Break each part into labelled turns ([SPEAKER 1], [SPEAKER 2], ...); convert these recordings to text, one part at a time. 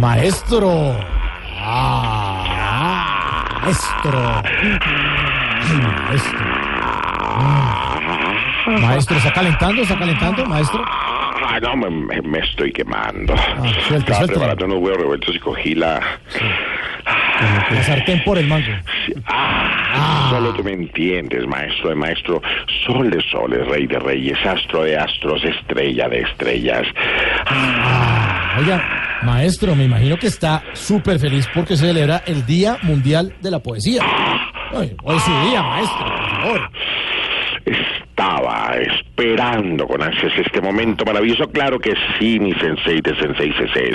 [SPEAKER 1] Maestro. Ah, maestro. Ay, maestro. Ah. Maestro, ¿está calentando? ¿Está calentando, maestro?
[SPEAKER 2] Ah, no, me, me- me estoy quemando.
[SPEAKER 1] Ah, suelta,
[SPEAKER 2] Estaba
[SPEAKER 1] suelta.
[SPEAKER 2] preparando unos huevos revueltos y cogí la...
[SPEAKER 1] La sartén por el mango.
[SPEAKER 2] Ah, Solo tú me entiendes, maestro de maestro, sol de soles, rey de reyes, astro de astros, estrella de estrellas.
[SPEAKER 1] Oiga, maestro, me imagino que está súper feliz porque se celebra el Día Mundial de la Poesía. Ay, hoy es su día, maestro, por favor.
[SPEAKER 2] Estaba esperando con ansias este momento maravilloso. Claro que sí, mi sensei de sensei sensei.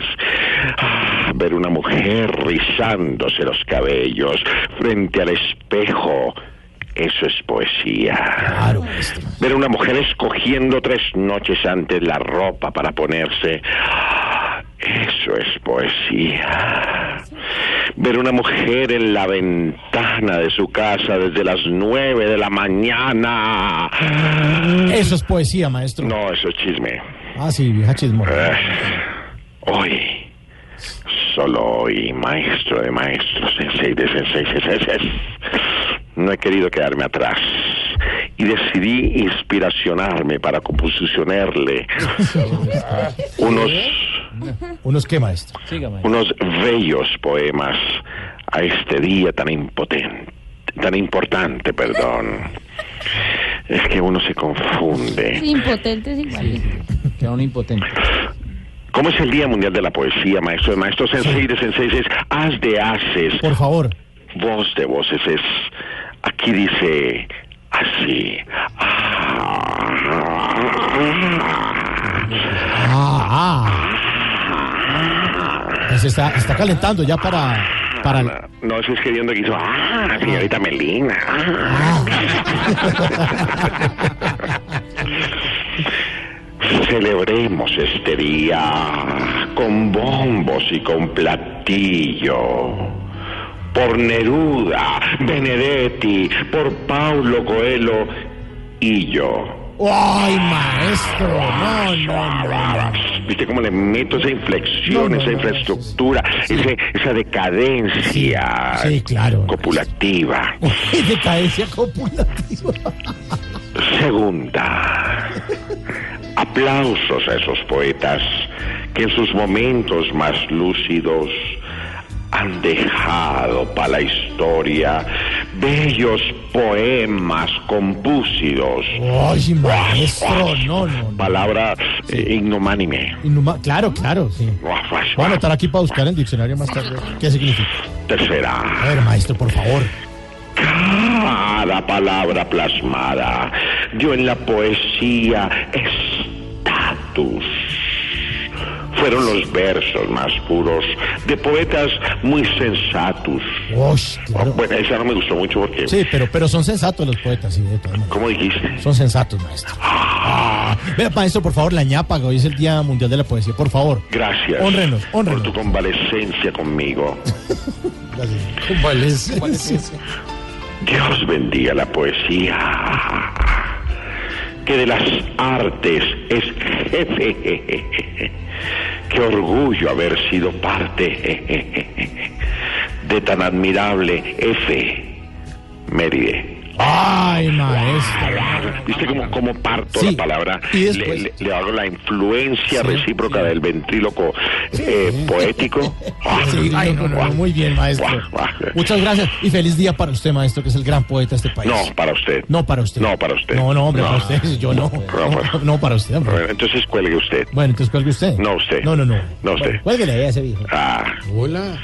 [SPEAKER 2] Ah, ver una mujer rizándose los cabellos frente al espejo. Eso es poesía.
[SPEAKER 1] Claro, maestro.
[SPEAKER 2] Ver a una mujer escogiendo tres noches antes la ropa para ponerse. Ah, Eso es poesía. Ver una mujer en la ventana de su casa desde las nueve de la mañana.
[SPEAKER 1] Eso es poesía, maestro.
[SPEAKER 2] No, Eh. eso es chisme.
[SPEAKER 1] Ah, sí, vieja chismorra.
[SPEAKER 2] Hoy, solo hoy, maestro de maestros, sensei de senseis, senseis, no he querido quedarme atrás y decidí inspiracionarme para composicionarle unos,
[SPEAKER 1] ¿Unos qué, maestro?
[SPEAKER 2] unos bellos poemas a este día tan impotente, tan importante, perdón. Es que uno se confunde.
[SPEAKER 3] Impotentes igual.
[SPEAKER 2] ¿Cómo es el Día Mundial de la Poesía, maestro de maestros, sensei de senseis, es haz de haces,
[SPEAKER 1] Por favor.
[SPEAKER 2] voz de voces es. Aquí dice así.
[SPEAKER 1] Ah, ah. Pues está, está calentando ya para, para el-
[SPEAKER 2] No estoy escribiendo que hizo. Ah, señorita Melina. ah". Celebremos este día con bombos y con platillo. Por Neruda, Benedetti, por Paulo Coelho y yo.
[SPEAKER 1] ¡Ay, maestro! No, no, no.
[SPEAKER 2] ¿Viste cómo le meto esa inflexión,
[SPEAKER 1] No, no,
[SPEAKER 2] esa
[SPEAKER 1] no, no,
[SPEAKER 2] infraestructura, ese- esa decadencia
[SPEAKER 1] Sí, sí, claro.
[SPEAKER 2] copulativa?
[SPEAKER 1] ¡Qué decadencia copulativa!
[SPEAKER 2] Segunda, aplausos a esos poetas que en sus momentos más lúcidos han dejado para la historia bellos poemas compúcidos.
[SPEAKER 1] ¡Ay, maestro! No, no, no.
[SPEAKER 2] Palabra eh, ignománime.
[SPEAKER 1] Inhuma- Claro, claro, sí. Voy a anotar aquí para buscar en diccionario más tarde. ¿Qué significa?
[SPEAKER 2] Tercera.
[SPEAKER 1] A ver, maestro, por favor.
[SPEAKER 2] Cada Ah, palabra plasmada dio en la poesía estatus. Fueron los versos más puros de poetas muy sensatus.
[SPEAKER 1] ¡Uy, claro!
[SPEAKER 2] Bueno, esa no me gustó mucho porque,
[SPEAKER 1] Sí, pero, pero son sensatos los poetas, sí, de todas maneras.
[SPEAKER 2] ¿cómo dijiste?
[SPEAKER 1] Son sensatos, maestro. Ah, Vea, maestro, por favor, la ñapa, que hoy es el Día Mundial de la Poesía. Por favor.
[SPEAKER 2] Gracias
[SPEAKER 1] Hónrenos,
[SPEAKER 2] por
[SPEAKER 1] hónrenos.
[SPEAKER 2] tu convalecencia conmigo.
[SPEAKER 1] Gracias. Convalecencia.
[SPEAKER 2] Dios bendiga la poesía, que de las artes es jefe. Qué orgullo haber sido parte de tan admirable F. Méride.
[SPEAKER 1] Ay, maestro.
[SPEAKER 2] ¿Viste cómo, cómo parto
[SPEAKER 1] Sí,
[SPEAKER 2] la palabra?
[SPEAKER 1] y después-
[SPEAKER 2] le, le- le hago la influencia recíproca del ventríloco eh, poético. Ah,
[SPEAKER 1] Sí, ay, no, no, no, muy bien, maestro. Muchas gracias y feliz día para usted, maestro, que es el gran poeta de este país.
[SPEAKER 2] No, para usted.
[SPEAKER 1] No para usted.
[SPEAKER 2] No, para usted.
[SPEAKER 1] No, no, hombre,
[SPEAKER 2] No.
[SPEAKER 1] para usted. Yo no.
[SPEAKER 2] No, para-
[SPEAKER 1] No, no, para usted, hombre.
[SPEAKER 2] Bueno, Entonces cuelgue usted.
[SPEAKER 1] Bueno, entonces cuelgue usted.
[SPEAKER 2] No, usted.
[SPEAKER 1] No, no, no.
[SPEAKER 2] No, usted.
[SPEAKER 1] Cuélguele ahí a ese viejo.
[SPEAKER 2] Ah.
[SPEAKER 1] Hola.